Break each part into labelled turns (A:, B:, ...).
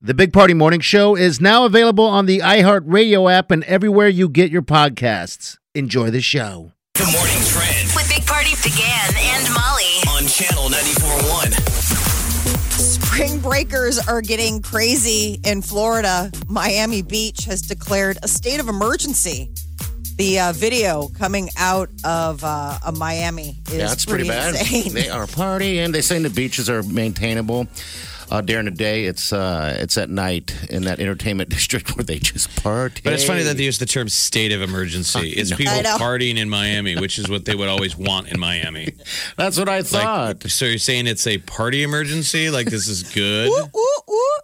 A: The Big Party Morning Show is now available on the iHeartRadio app and everywhere you get your podcasts. Enjoy the show.
B: Good morning, Trend
C: With Big Party began and Molly.
B: on Channel 94.1.
D: Spring breakers are getting crazy in Florida. Miami Beach has declared a state of emergency. The uh, video coming out of uh, a Miami is
E: Yeah, that's pretty, bad.
D: insane.
E: They are partying. They saying the beaches are maintainable. Uh, during the day, it's uh, it's at night in that entertainment district where they just party.
F: But it's funny that they use the term state of emergency. It's people
D: I know.
F: partying in Miami, which is what they would always want in Miami.
E: that's what I
F: Like,
E: thought.
F: so you're saying it's a party emergency? Like this is good?
D: Ooh, ooh, ooh.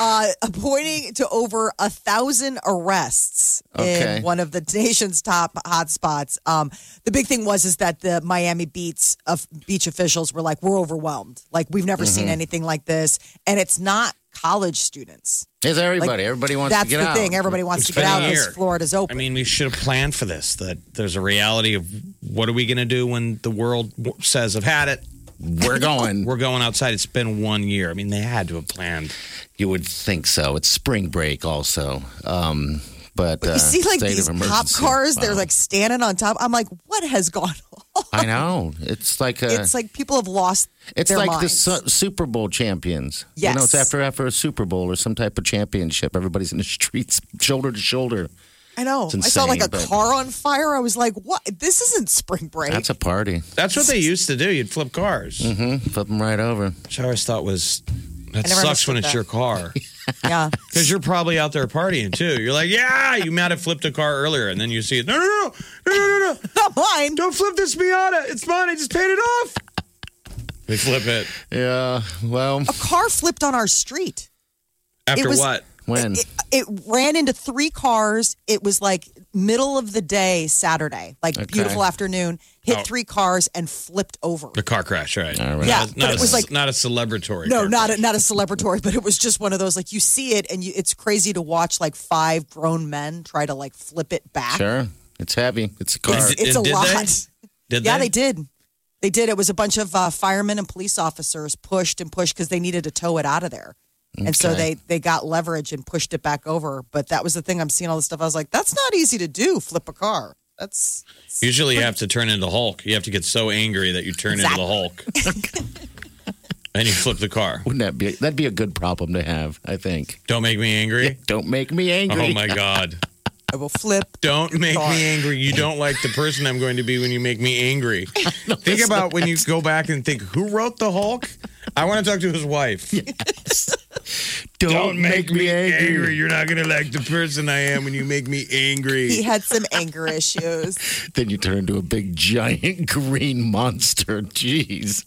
D: Uh, pointing to over a thousand arrests
E: Okay.
D: in one of the nation's top hotspots. Um, the big thing was is that the Miami Beach of beach officials were like, "We're overwhelmed. Like we've never seen
E: Mm-hmm.
D: anything like this, and it's not college students.
E: It's everybody.
D: Like,
E: everybody wants
D: That's
E: to get
D: the
E: out.
D: thing. Everybody wants
F: It's
D: to get out
F: been a
D: because
F: year.
D: Florida's
F: I
D: open.
F: mean, we should have planned for this. That there's a reality of what are we going to do when the world w- says I've had it.
E: We're going.
F: We're going outside. It's been one year. I mean, they had to have planned.
E: you would think so. It's spring break also. Um, but uh,
D: you see, like
E: state
D: these
E: of
D: cop
E: emergency.
D: cars, they're
E: Wow.
D: like standing on top. I'm like, what has gone on?
E: I know. It's like a,
D: It's like people have lost.
E: It's
D: their
E: like the
D: minds.
E: Su- Super Bowl champions. You know,
D: Yes.
E: it's after after a Super Bowl or some type of championship. Everybody's in the streets, shoulder to shoulder.
D: I know.
E: It's
D: I saw like a
E: insane, but-
D: car on fire. I was like, "What? This isn't spring break."
E: That's a party. Mm-hmm.
F: That's what they used to do. You'd flip cars,
E: Flip them right over.
F: which I always thought was that
D: Mm-hmm. I never
F: sucks when it's
D: understood
F: your car.
D: yeah.
F: Because you're probably out there partying too. You're like, yeah, you might have flipped a car earlier, and then you see it. No, no, no, no, no, no, no.
D: Not mine.
F: Don't flip this Miata. It's mine. I just paid it off. They flip it.
E: Yeah. Well,
D: A car flipped on our street.
F: After
D: was-
F: what?
E: when
D: It, it ran into three cars. It was like middle of the day Saturday, like beautiful afternoon. Hit
F: Oh.
D: three cars and flipped over.
F: The car crash, right?
E: All right.
D: Yeah,
F: Not,
D: but
F: a,
D: it was like
F: not a celebratory.
D: no,
F: car
D: not
F: crash.
D: a, not a celebratory, but it was just one of those like you see it and you, it's crazy to watch like five grown men try to like flip it back.
E: sure, it's heavy. It's a car.
D: It's,
F: And-
D: it's a
F: and did
D: lot.
F: Did
D: yeah,
F: they?
D: they did. They did. It was a bunch of uh, firemen and police officers pushed and pushed because they needed to tow it out of there. And so they they got leverage and pushed it back over. But that was the thing. I'm seeing all this stuff. I was like, that's not easy to do. Flip a car. That's
F: Usually, you have to turn into Hulk. You have to get so angry that you turn into the Hulk, and you flip the car.
E: Wouldn't that be that'd be a good problem to have? I think.
F: Don't make me angry.
E: Don't make me angry.
F: Oh my god.
D: I will flip.
F: Don't make
D: Sorry.
F: me angry. You don't like the person I'm going to be when you make me angry. think about when you go back and think, who wrote the Hulk? I want to talk to his wife.
E: Don't,
F: You're not going to like the person I am when you make me
D: He
F: angry.
D: had some anger issues.
E: Then you turn into a big giant green monster. Jeez.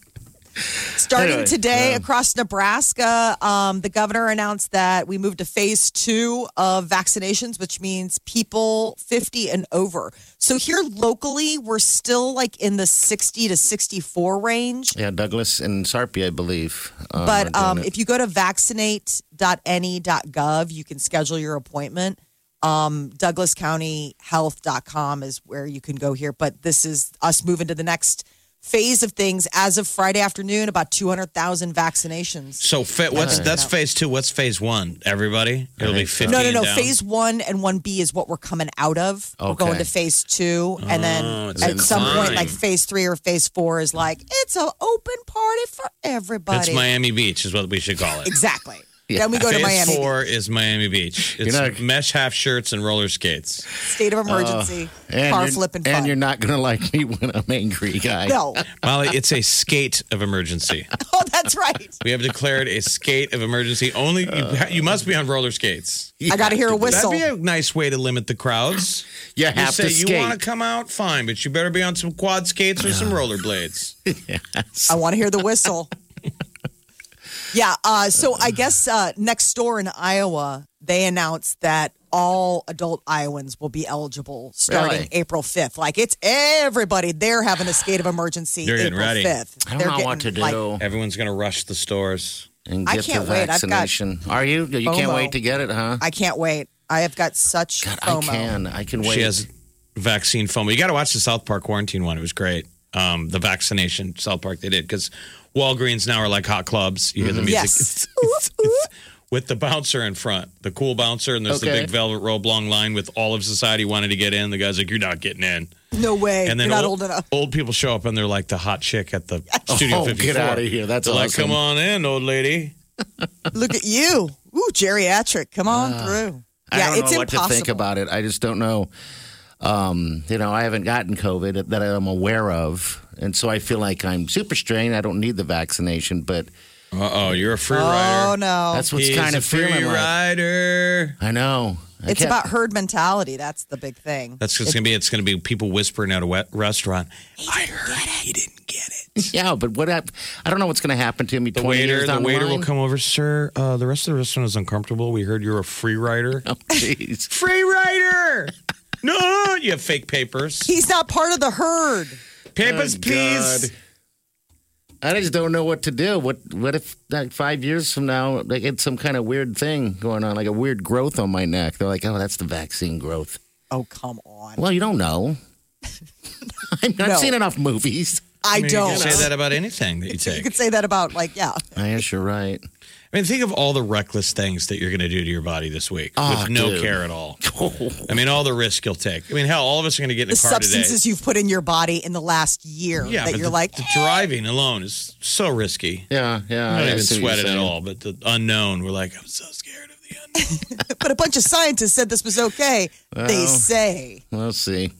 D: Starting
E: Anyway,
D: today across Nebraska, um, the governor announced that we moved to phase two of vaccinations, which means people 50 and over. So here locally, we're still like in the 60 to 64 range.
E: Yeah, Douglas and Sarpy, I believe. Um, are
D: But
E: doing
D: um,
E: it.
D: if you go to vaccinate.ne.gov, E you can schedule your appointment. Um, DouglasCountyHealth.com is where you can go here. But this is us moving to the next phase of things. As of Friday afternoon, about 200,0and vaccinations.
F: So fa- what's that's phase two. What's phase one? Everybody, it'll be fifteen.
D: No, no, no.
F: down.
D: Phase one and one B is what we're coming out of. We're
E: Okay.
D: going to phase two, and then
F: Oh, it's
D: at
F: in
D: some point,
F: time.
D: like phase three or phase four is like it's an open party for everybody.
F: It's Miami Beach, is what we should call it.
D: Exactly. Then we go
F: phase
D: to Miami.
F: four is Miami Beach. It's
E: not-
F: mesh half shirts and roller skates.
D: state of emergency,
E: and
D: car
E: you're-
D: flipping
E: and
D: fun.
E: you're not gonna like me when I'm angry, guy.
D: no,
F: Molly, it's a skate of emergency.
D: oh, that's right.
F: We have declared a skate of emergency. Only you, you must be on roller skates.
E: You
D: I got to hear a
F: That'd
D: whistle.
F: be a nice way to limit the crowds.
E: You
F: You
E: have
F: say
E: to
F: you
E: skate.
F: want to come out, fine, but you better be on some quad skates or some rollerblades.
D: I want to hear the whistle. yeah. Uh, so I guess uh, next door in Iowa, they announced that all adult Iowans will be eligible starting
E: Really?
D: April 5th. Like it's everybody. They're having a state of emergency
F: They're getting
D: April
F: ready.
D: 5th.
E: I don't
D: They're
E: know what to
D: getting,
E: do
D: like,
F: Everyone's going to rush the stores.
E: and
D: I
E: get
D: can't
E: the
D: wait. I've got
E: vaccination. Are you? You can't
D: FOMO.
E: wait to get it, huh?
D: I can't wait. I have got such
E: God, I
D: FOMO.
E: can. I can wait.
F: She has vaccine FOMO. You got to watch the South Park quarantine one. It was great. Um, the vaccination South Park they did because Walgreens now are like hot clubs. You hear the
E: Mm-hmm.
F: music
D: Yes. Oop, oop.
F: with the bouncer in front, the cool bouncer, and there's the
E: Okay.
F: big velvet robe long line with all of society wanting to get in. The guy's like, "You're not getting in."
D: No way.
F: And then
D: You're not
F: old,
D: old enough.
F: old people show up and they're like the hot chick at the Studio
E: Oh,
F: 54.
E: get outta here. That's
F: They're like,
E: awesome.
F: "Come on in, old lady."
D: Look at you. Ooh, geriatric. Come on through.
E: I
D: yeah,
E: don't know
D: it's
E: what
D: impossible.
E: to think about it. I just don't know. Um, you know, I haven't gotten COVID that I'm aware of, and so I feel like I'm super strained. I don't need the vaccination, but
F: Uh oh, you're a free
D: Oh
F: rider.
D: no.
E: that's what's
F: He's
E: kind
F: a
E: of feeling
F: free
E: like.
F: rider.
E: I know. I
D: it's
E: can't-
D: about herd mentality. That's the big thing.
F: That's what's gonna be. It's gonna be people whispering at a wet restaurant. I heard he didn't get it.
E: yeah, but what? I, I don't know what's going to happen to me.
F: The
E: 20
F: waiter,
E: years
F: the
E: down
F: waiter
E: line.
F: will come over, sir. Uh, the rest of the restaurant is uncomfortable. We heard you're a free rider.
E: Oh, jeez.
F: Free rider. no, you have fake papers.
D: He's not part of the herd.
F: Papers, please.
E: God. I just don't know what to do. What what if like five years from now like it's some kind of weird thing going on, like a weird growth on my neck? They're like, oh, that's the vaccine growth.
D: Oh, come on.
E: Well, you don't know. I've
D: No.
E: seen enough movies.
D: I,
F: mean,
D: don't.
F: You can say that about anything that you
D: You
F: take.
D: could say that about like yeah.
E: I guess you're right.
F: I mean, think of all the reckless things that you're going to do to your body this week
E: Ah,
F: with no
E: dude.
F: care at all. I mean, all the risk you'll take. I mean, hell, all of us are going to get in a
D: The
F: car today.
D: substances you've put in your body in the last year
F: yeah,
D: that
F: but
D: you're
F: the,
D: like
F: the driving alone is so risky.
E: Yeah, yeah.
F: I don't even
E: see what
F: sweat
E: you're
F: it
E: saying.
F: at all. But the unknown, we're like, I'm so scared of the unknown.
D: but a bunch of scientists said this was okay. they say.
E: We'll see.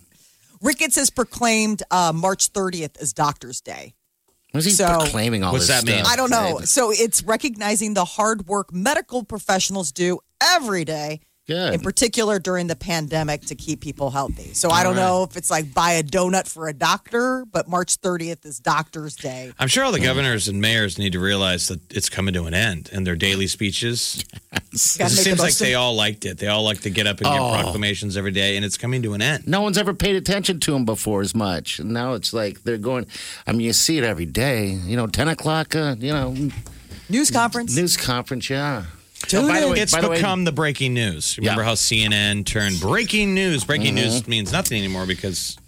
D: Ricketts has proclaimed uh, March 30th as Doctor's Day.
E: Was he
D: So-
E: proclaiming all
F: What's
E: this
F: that mean?
E: stuff?
D: I don't know.
E: Right.
D: So it's recognizing the hard work medical professionals do every day,
E: Good.
D: in particular during the pandemic to keep people healthy. So I don't know if it's like buy a donut for a doctor, but March 30th is Doctor's Day.
F: I'm sure all the governors and mayors need to realize that it's coming to an end and their daily speeches.
D: Gotta
F: It
D: make the
F: seems like
D: most
F: they
D: of-
F: all liked it. They all like to get up and give proclamations every day, and it's coming to an end.
E: no one's ever paid attention to him before as much. And now it's like they're going. I mean, you see it every day. You know, ten o'clock. Uh, you know,
D: news conference.
E: news conference. Yeah.
D: Tune
E: by the
D: in.
E: way-
F: it's
E: by the
F: become the breaking news. Remember
E: Yeah.
F: how CNN turned breaking news? Breaking
D: Mm-hmm.
F: news means nothing anymore because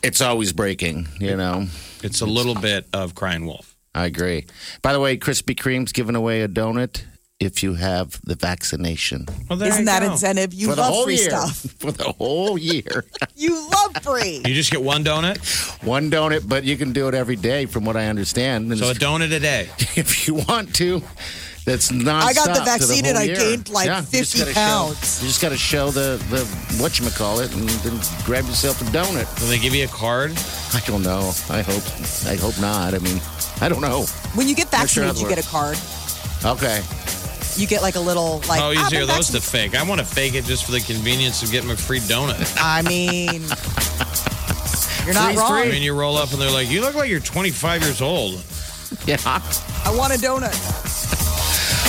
E: It's always breaking. You know.
F: it's a little bit of crying wolf.
E: I agree. By the way, Krispy Kreme's giving away a donut if you have the vaccination
F: Well, there
D: Isn't
F: you
D: that
F: go.
D: incentive? You
E: for the
D: love
E: whole
D: free
E: year.
D: stuff.
E: For the whole year.
D: You love free.
F: You just get one donut,
E: One donut, but you can do it every day, from what I understand. And
F: so a donut a day.
E: if you want to, that's not.
D: I got the vaccine and I gained, like, 50 pounds.
E: you just got to show the the what you call it, and then grab yourself a donut.
F: Will they give you a card?
E: I don't know. I hope. I hope not. I mean, I don't know.
D: When you get
E: Not sure how
D: vaccinated,
E: it
D: you get a card.
E: Okay.
D: You get like a little like.
E: Oh,
F: how
D: "I've
F: easy
D: been
F: are Oh, those to
D: vaccinated."
F: fake? I want to fake it just for the convenience of getting a free donut.
D: I mean, you're not
E: Free's
D: wrong.
F: I mean, you roll up and they're like, "You look like you're 25 years old."
E: Yeah.
D: I want a donut.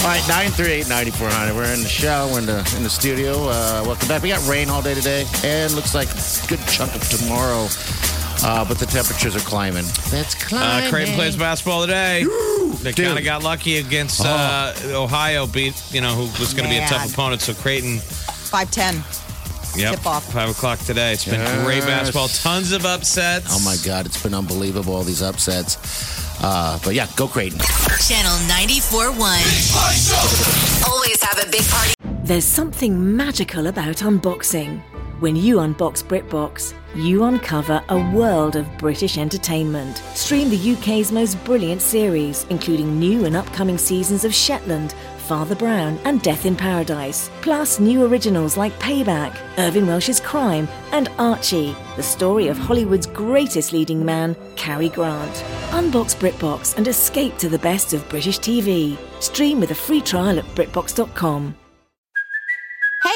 E: All right, 938 9400. We're in the show, we're in the, in the studio. Uh, welcome back. We got rain all day today, and looks like a good chunk of tomorrow. Uh, but the temperatures are climbing. That's climbing.
F: Uh, Creighton plays basketball today. They
E: Dude.
F: kind of got lucky against uh, Ohio, beat you know who was going to be a tough
D: Man.
F: opponent. So Creighton,
D: Five ten.
F: yep,
D: Tip off.
F: five o'clock today. It's been
E: Yes.
F: great basketball, tons of upsets.
E: Oh my God, it's been unbelievable all these upsets. Uh, but yeah, go Creighton.
C: Channel 94.1. Always have a big party
G: There's something magical about unboxing. When you unbox BritBox, you uncover a world of British entertainment. Stream the UK's most brilliant series, including new and upcoming seasons of Shetland, Father Brown, and Death in Paradise. Plus, new originals like Payback, Irving Welsh's Crime, and Archie, the story of Hollywood's greatest leading man, Cary Grant. Unbox BritBox and escape to the best of British TV. Stream with a free trial at BritBox.com.
H: Hey,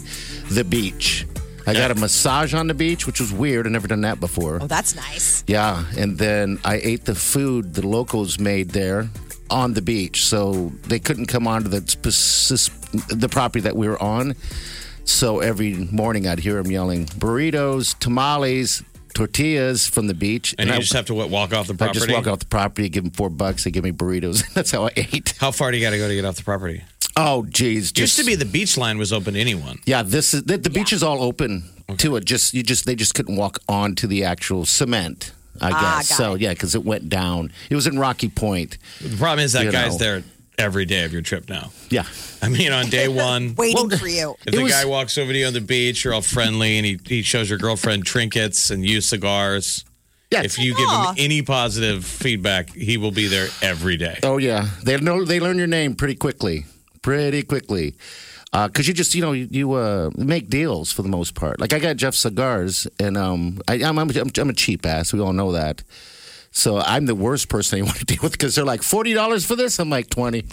E: the beach. I got a massage on the beach, which was weird. I've never done that before.
D: Oh, that's nice.
E: Yeah, and then I ate the food the locals made there on the beach, so they couldn't come onto the spec- the property that we were on. So every morning I'd hear them yelling burritos, tamales, tortillas from the beach,
F: And, you
E: I,
F: just have to what, walk off the
E: I
F: property?
E: just walk off the property, give them four bucks, they give me burritos. That's how I ate.
F: How far do you got to go to get off the property?
E: Oh, geez,
F: Used to be the beach line was open to anyone.
E: Yeah, this is the, the beach is all open to it. Just you just they just couldn't walk onto the actual cement. I
D: Ah,
E: guess
D: got
E: so. Yeah, because it went down. It was in Rocky Point.
F: The problem is that
E: You
F: guy's
E: know.
F: there every day of your trip now.
E: Yeah,
F: I mean, on day one,
D: Waiting for you.
F: if the
E: was-
F: guy walks over to you on the beach, you're all friendly, and he, he shows your girlfriend trinkets and you cigars.
E: yeah.
F: If you give him any positive feedback, he will be there every day.
E: oh yeah, they know they learn your name pretty quickly, pretty quickly, because you just you know you, you uh, make deals for the most part. Like I got Jeff cigars, and um, I, I'm, I'm I'm a cheap ass. We all know that. So I'm the worst person you want to deal with because they're like forty dollars for this. I'm like twenty.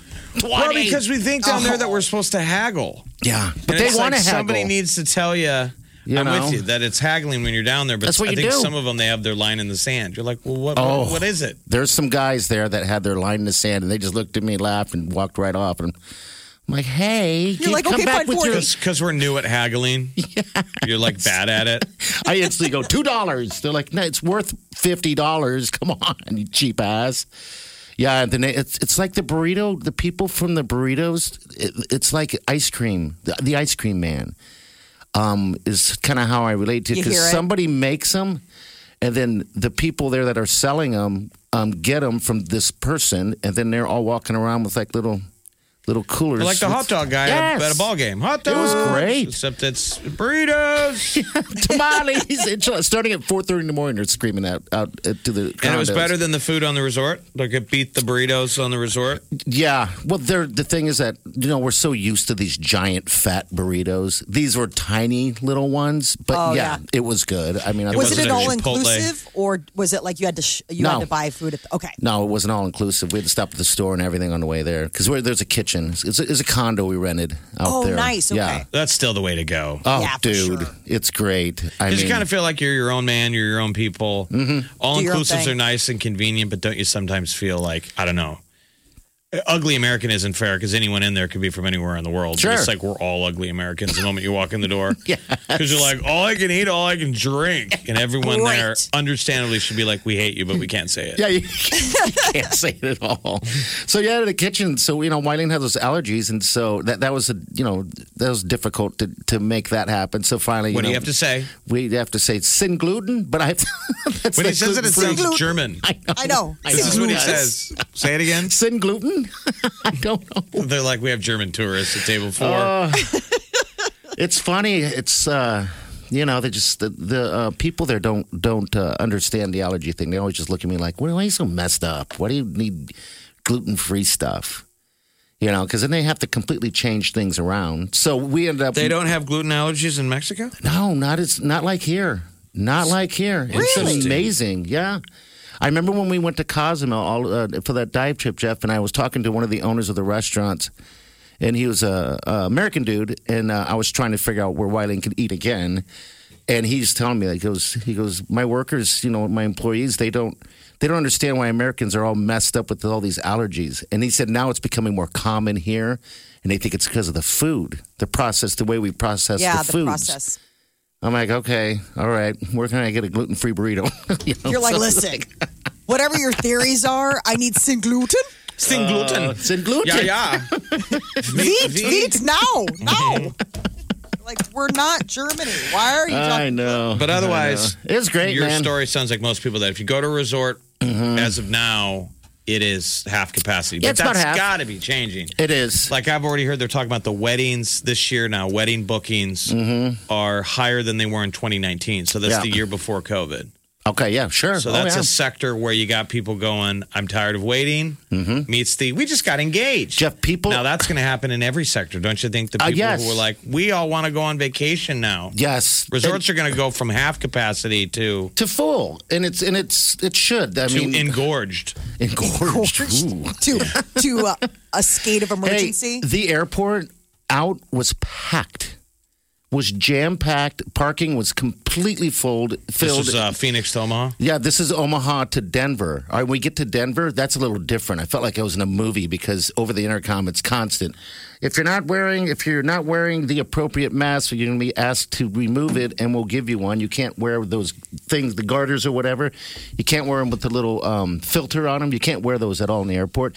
F: Well, because we think down there that we're supposed to haggle.
E: Yeah, but
F: And
E: they
F: it's
E: want
F: like
E: to
F: Somebody needs to tell you.
E: You
F: I'm
E: know.
F: with you that it's haggling when you're down there, but
E: That's what
F: I
E: you
F: think
E: do.
F: some of them they have their line in the sand. You're like, well, what?
E: Oh.
F: what is it?
E: there's some guys there that had their line in the sand and they just looked at me, laughed, and walked right off. And I'm like, hey, you
D: like,
E: come
D: okay,
E: back
D: fine,
E: with your.
F: Because we're new at haggling. You're like bad at it.
E: I instantly go two dollars. They're like, no, it's worth fifty dollars. Come on, you cheap ass. Yeah, and then it's it's like the burrito. The people from the burritos, it, it's like ice cream. The, the ice cream man um, is kind of how I relate to
D: You
E: because
D: hear it?
E: somebody makes them, and then the people there that are selling them um, get them from this person, and then they're all walking around with like little little coolers,
F: Like the hot
E: with
F: dog guy
E: Yes.
F: at a ball game. Hot dog.
E: It was great.
F: Except it's burritos.
E: tamales. It's starting at four thirty in the morning, they're screaming out out uh, to the.
F: and it was
E: condos.
F: better than the food on the resort. Like it beat the burritos on the resort.
E: Yeah. Well, they're, the thing is that, you know, we're so used to these giant fat burritos. These were tiny little ones, but
D: Oh,
E: yeah,
D: yeah.
E: it was good. I mean, I
D: Was
F: wasn't
D: it an
F: a
D: all
F: Chipotle.
D: inclusive, or was it like you had to sh- you
E: No.
D: had to buy food? At the- okay,
E: No, it wasn't all inclusive. We had to stop at the store and everything on the way there because there's a kitchen. It's a, it's a condo we rented out
D: Oh,
E: there.
D: nice.
E: Yeah.
D: Okay.
F: That's still the way to go.
E: Oh,
D: Yeah, for
E: dude,
D: sure.
E: it's great. I
F: Because
E: mean,
F: you kind of feel like you're your own man, you're your own people. All
D: Do your own
F: inclusives
D: thing.
F: are nice and convenient, but don't you sometimes feel like, I don't know, ugly American isn't fair because anyone in there could be from anywhere in the world.
E: Sure.
F: It's like we're all ugly Americans the moment you walk in the door. yeah. Because you're like, all I can eat, all I can drink. And everyone there,
D: Right.
F: understandably, should be like, we hate you, but we can't say it.
E: Yeah, you can't say it at all. So yeah, in the kitchen. So you know, Wileen had those allergies, and so that that was a you know that was difficult to, to make that happen. So finally,
F: What do
E: know,
F: you have to say?
E: We have to say sin gluten, but I that's
F: When he
E: like
F: says it, it
E: gluten-free.
F: sounds German.
D: I know.
F: This is what he says. Say it again.
E: Sin gluten? I don't know.
F: They're like, we have German tourists at table four.
E: It's funny. It's uh, you know they just the, the uh, people there don't don't uh, understand the allergy thing. They always just look at me like, "Why are you so messed up? Why do you need gluten free stuff?" You know, because then they have to completely change things around. So we ended up
F: they don't have gluten allergies in Mexico?
E: No, not as not like here. Not like here. It's amazing. Yeah. I remember when we went to Cozumel all, uh, for that dive trip, Jeff, and I was talking to one of the owners of the restaurants, and he was a, a American dude, and uh, I was trying to figure out where Wyling could eat again. and he's telling me like he goes he goes my workers you know my employees they don't they don't understand why Americans are all messed up with all these allergies and he said now it's becoming more common here and they think it's because of the food the process the way we process
D: yeah,
E: the,
D: the,
E: foods
D: process.
E: I'm like okay all right where can I get a gluten free burrito You know,
D: You're like,
E: so-
D: listen, whatever your theories are, I need sin gluten.
F: Sin gluten.
E: Sin gluten.
F: Uh, Yeah, yeah.
D: Wheat, wheat, no, no. like, we're not Germany. Why are you
E: I
D: talking?
E: know.
F: But
E: I
F: otherwise,
E: know. it's great,
F: Your
E: man.
F: story sounds like most people that if you go to a resort as of now, it is half capacity. But
E: It's about half.
F: that's got to be changing.
E: It is.
F: Like I've already heard, they're talking about the weddings this year now. Wedding bookings are higher than they were in 2019. So that's
E: Yeah.
F: the year before COVID.
E: okay, yeah, sure.
F: So
E: Oh,
F: that's
E: yeah.
F: a sector where you got people going, I'm tired of waiting, meets the, we just got engaged.
E: Mm-hmm. Jeff, people-
F: Now that's going to happen in every sector, don't you think? The
E: Uh,
F: people
E: yes.
F: who are like, we all want to go on vacation now.
E: yes.
F: Resorts are going to go from half capacity to,
E: to full, and it's and it's it should. I
F: to
E: mean,
F: engorged.
E: engorged. Ooh.
D: To, to uh, a state of
E: Hey,
D: emergency.
E: the airport out was packed, was jam packed. Parking was completely fold,
F: This
E: filled.
F: was uh, Phoenix to Omaha.
E: yeah, this is Omaha to Denver. All right, when we get to Denver, that's a little different. I felt like I was in a movie because over the intercom, it's constant. If you're not wearing, if you're not wearing the appropriate mask, you're going to be asked to remove it, and we'll give you one. You can't wear those things, the garters or whatever. You can't wear them with the little um, filter on them. You can't wear those at all in the airport.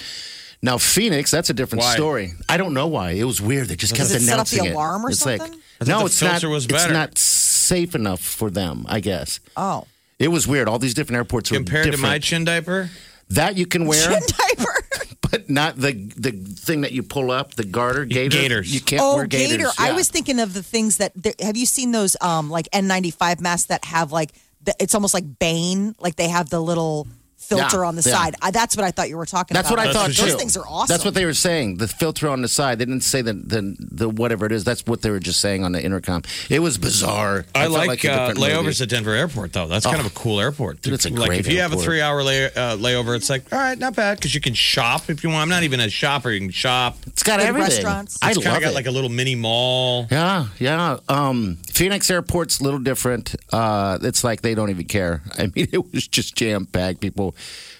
E: Now Phoenix, that's a different
F: Why?
E: story. I don't know why. It was weird. They just kept
D: it set up the
E: announcing it.
D: alarm or
E: it's Like,
D: something?
F: I thought
E: no,
F: the
E: it's not.
F: filter was
E: It's
F: better.
E: not safe enough for them. I guess
D: oh.
E: it was weird. All these different airports were
F: Compared to my
E: different.
F: chin diaper,
E: that you can wear,
D: Chin diaper.
E: but not the the thing that you pull up, the garter gator.
F: Gators.
E: You can't
D: oh,
E: wear gators.
D: gator. I
E: Yeah.
D: was thinking of the things that there- have you seen those um like N95 masks that have like the, it's almost like Bane, like they have the little filter
E: Yeah,
D: on the
E: yeah.
D: side. I, that's what I thought you were talking
E: That's what
D: about.
E: I thought
F: That's what
E: too.
F: she-
D: Those things are awesome.
E: That's what they were saying. The filter on the side. They didn't say the the, the whatever it is. That's what they were just saying on the intercom. It was bizarre.
F: I,
E: felt
F: like,
E: a
F: uh,
E: different
F: layovers
E: movie.
F: at Denver Airport, though. That's kind of a cool airport.
E: Dude, it's a
F: like
E: great
F: if you have a
E: airport.
F: three-hour lay, uh, layover, it's like all right, not bad because you can shop if you want. I'm not even a shopper; you can shop.
E: It's got
D: Good
E: everything.
D: restaurants.
E: I
F: It's kind
E: love
F: of got
E: it.
F: like a little mini mall.
E: Yeah, yeah. Um, Phoenix Airport's a little different. Uh, it's like they don't even care. I mean, it was just jam packed, people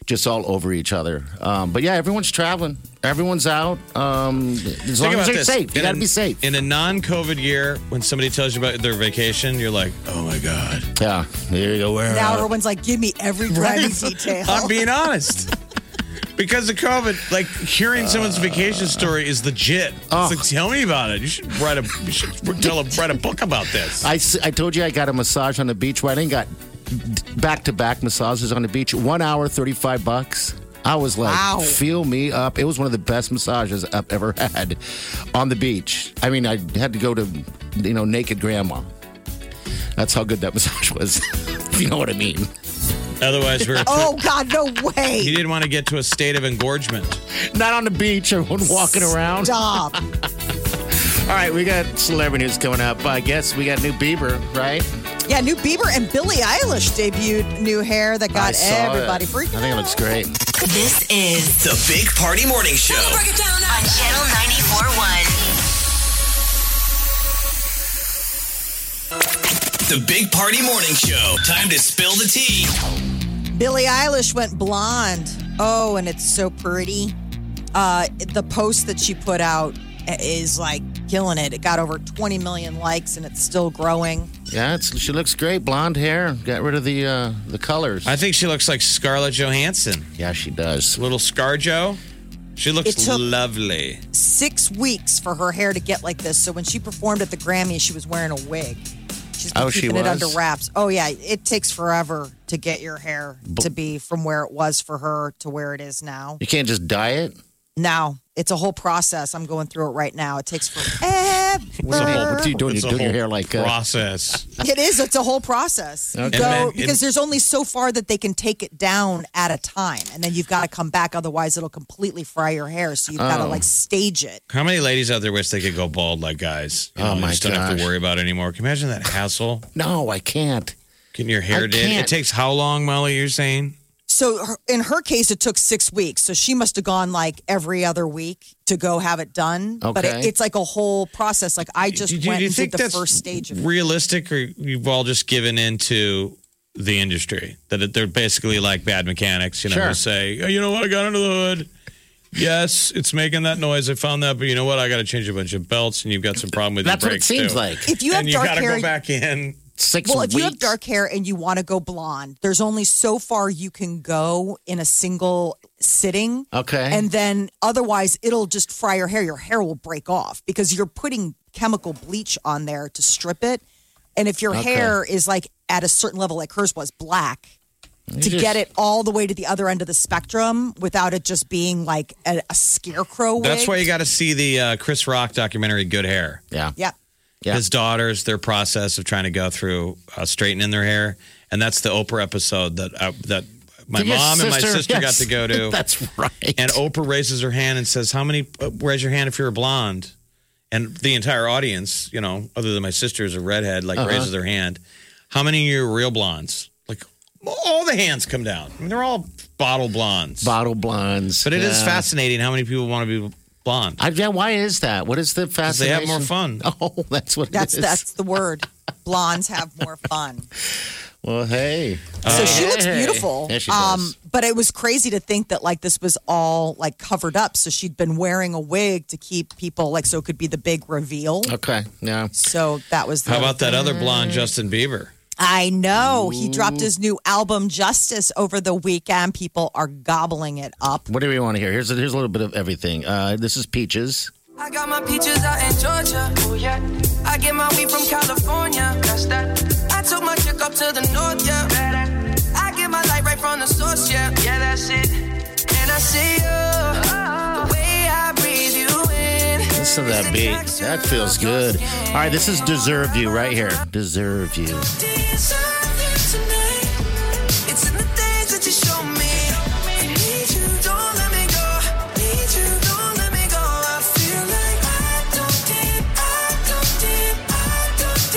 E: just all over each other. Um, but yeah, everyone's traveling, everyone's out. Um, as long as
F: Think about
E: they're
F: this.
E: safe, you
F: In
E: got to
F: a-
E: be safe.
F: In a non-COVID year, when somebody tells you about their vacation, you're like, "Oh my god!"
E: yeah, there you go. Where
D: now everyone's like, give me every grimy detail.
F: I'm being honest. Because of COVID, like hearing someone's
E: Uh.
F: vacation story is legit. It's
E: Oh.
F: like, tell me about it. You should write a you should tell a, write a book about this.
E: I, s- I told you I got a massage on the beach. Well, I didn't got back to back massages on the beach. One hour, 35 bucks. I was like,
D: Wow.
E: feel me up. It was one of the best massages I've ever had on the beach. I mean, I had to go to, you know, Naked Grandma. That's how good that massage was. if you know what I mean.
F: Otherwise, we're
D: oh God, no
F: he
D: way.
F: didn't want to get to a state of engorgement.
E: Not on the beach, everyone walking around.
D: Stop.
E: All right, we got celebrity news coming up. I guess we got new Bieber, right?
D: Yeah, new Bieber and Billie Eilish debuted new hair that
E: I
D: got
E: saw it.
D: everybody freaking
E: I think it
D: out.
E: looks great.
C: This is
B: The Big Party Morning Show.
C: on Channel 94.1.
B: The Big Party Morning Show. Time to spill the tea.
D: Billie Eilish went blonde. Oh, and it's so pretty. Uh, the post that she put out is like killing it. It got over 20 million likes and it's still growing.
E: Yeah, it's, she looks great. Blonde hair. Got rid of the uh, the colors.
F: I think she looks like Scarlett Johansson,
E: yeah, she does.
F: little ScarJo. She looks
D: It took-
F: lovely.
D: Six weeks for her hair to get like this. So when she performed at the Grammys, she was wearing a wig. She's been
E: Oh, she
D: keeping it
E: was?
D: under wraps. Oh, yeah. It takes forever to get your hair to be from where it was for her to where it is now.
E: You can't just dye it.
D: Now, it's a whole process. I'm going through it right now. It takes forever.
E: What's the whole- what are you doing?
F: It's
E: You're
F: a
E: doing your
F: whole
E: hair like uh,
F: process.
D: It is. It's a whole process. You
F: Okay.
D: go-
F: And then-
D: because there's only so far that they can take it down at a time, and then you've got to come back. Otherwise, it'll completely fry your hair. So you've got
F: Oh.
D: to like stage it.
F: How many ladies out there wish they could go bald like guys? You
E: Oh,
F: you
E: my
F: just don't have to
E: gosh.
F: worry about it anymore. Can you imagine that hassle?
E: No, I can't.
F: Getting your hair
E: I
F: did. It
E: can't.
F: takes how long, Molly? You're saying
D: So her, in her case, it took six weeks. So she must have gone like every other week to go have it done. But it,
F: Okay.
D: it's like a whole process. Like I just went and did the first stage of it.
F: realistic, or you've all just given into the industry that it- they're basically like bad mechanics? You know,
I: Sure.
F: who say, oh, you know what, I got under the hood. Yes, it's making that noise. I found that, but you know what? I got to change a bunch of belts, and you've got some problem with your
E: That's what it
F: brakes,
E: seems
F: too.
E: like.
D: If you have
F: and you
D: dark
F: gotta
D: hair,
F: go back in six.
D: well, if you have dark hair and you want to go blonde, there's only so far you can go in a single sitting.
E: Okay.
D: And then otherwise, it'll just fry your hair. Your hair will break off because you're putting chemical bleach on there to strip it. And if your
E: Okay.
D: hair is like at a certain level, like hers was black,
E: You
D: to
E: just-
D: get it all the way to the other end of the spectrum without it just being like a, a scarecrow wig.
F: That's why you got to see the uh, Chris Rock documentary, Good Hair.
E: Yeah.
D: Yep.
F: His daughters, their process of trying to go through uh, straightening their hair, and that's the Oprah episode that I, that my
E: Did your
F: mom and my
E: sister-
F: sister got
E: yes,
F: to go to.
E: that's right.
F: And Oprah raises her hand and says, "How many? uh, Raise your hand if you're a blonde." And the entire audience, you know, other than my sister is a redhead, like
E: Uh-huh.
F: raises their hand. How many of you are real blondes? Like all the hands come down. I mean, they're all bottle blondes.
E: Bottle blondes.
F: But it is
E: yeah.
F: fascinating how many people want to be blonde.
E: I, yeah, why is that? What is the
F: they
E: fascination?
F: have more fun.
E: Oh, that's what
D: That's
E: it is.
D: that's the word. Blondes have more fun.
E: Well, hey.
D: So she
E: Hey,
D: looks
E: Oh. hey.
D: beautiful. um,
E: Yeah, she does.
D: but it was crazy to think that like this was all like covered up. So she'd been wearing a wig to keep people like so it could be the big reveal.
E: Okay. Yeah.
D: So that was the
F: How about that other blonde, Justin Bieber?
D: I know. He dropped his new album Justice over the weekend. People are gobbling it up.
E: What do we want to hear? Here's a, here's a little bit of everything. Uh, this is Peaches.
J: I got my peaches out in Georgia. Oh yeah. I get my weed from California. That's that. I took my chick up to the north, yeah. Badass. I get my light right from the source, yeah. Yeah, that's it. And I see you. The way I breathe you in.
E: Listen to that beat. That feels good. All right, this is Deserve You right here. Deserve You.
J: Deserve you tonight. It's in the things that you show me. Need you, don't let me go. Need you, don't let me go. I feel like I don't de- I don't de- I don't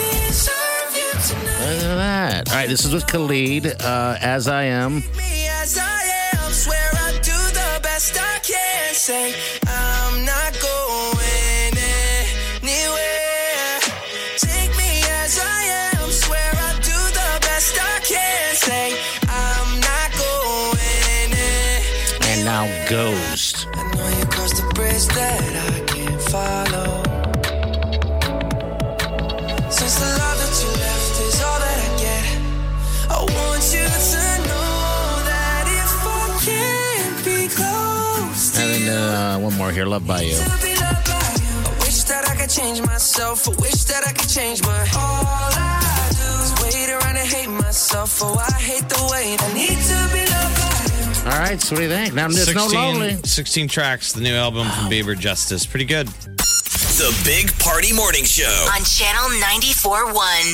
J: deserve you tonight.
E: Look at that. All right, this is with Khalid, uh, As I Am.
J: Me as I am, swear I do the best I can. Say I'm not going anywhere. Take me as I am, swear I do the best I can. Say I'm not going
E: And now Ghost.
J: I know you crossed the bridge that I can't follow. Since the love that you left is all that I get, I want you to know that if I can't be close to
E: And then uh, one more here, Love By You.
J: to be loved by you, I wish that I could change myself. I wish that I could change my all I do is wait around and hate myself. Oh, I hate the way I need to be loved by you.
E: All right, so what do you think? Now, it's no lonely.
F: 16 tracks, the new album from Bieber Justice. Pretty good.
B: The Big Party Morning Show.
C: On Channel 94.1.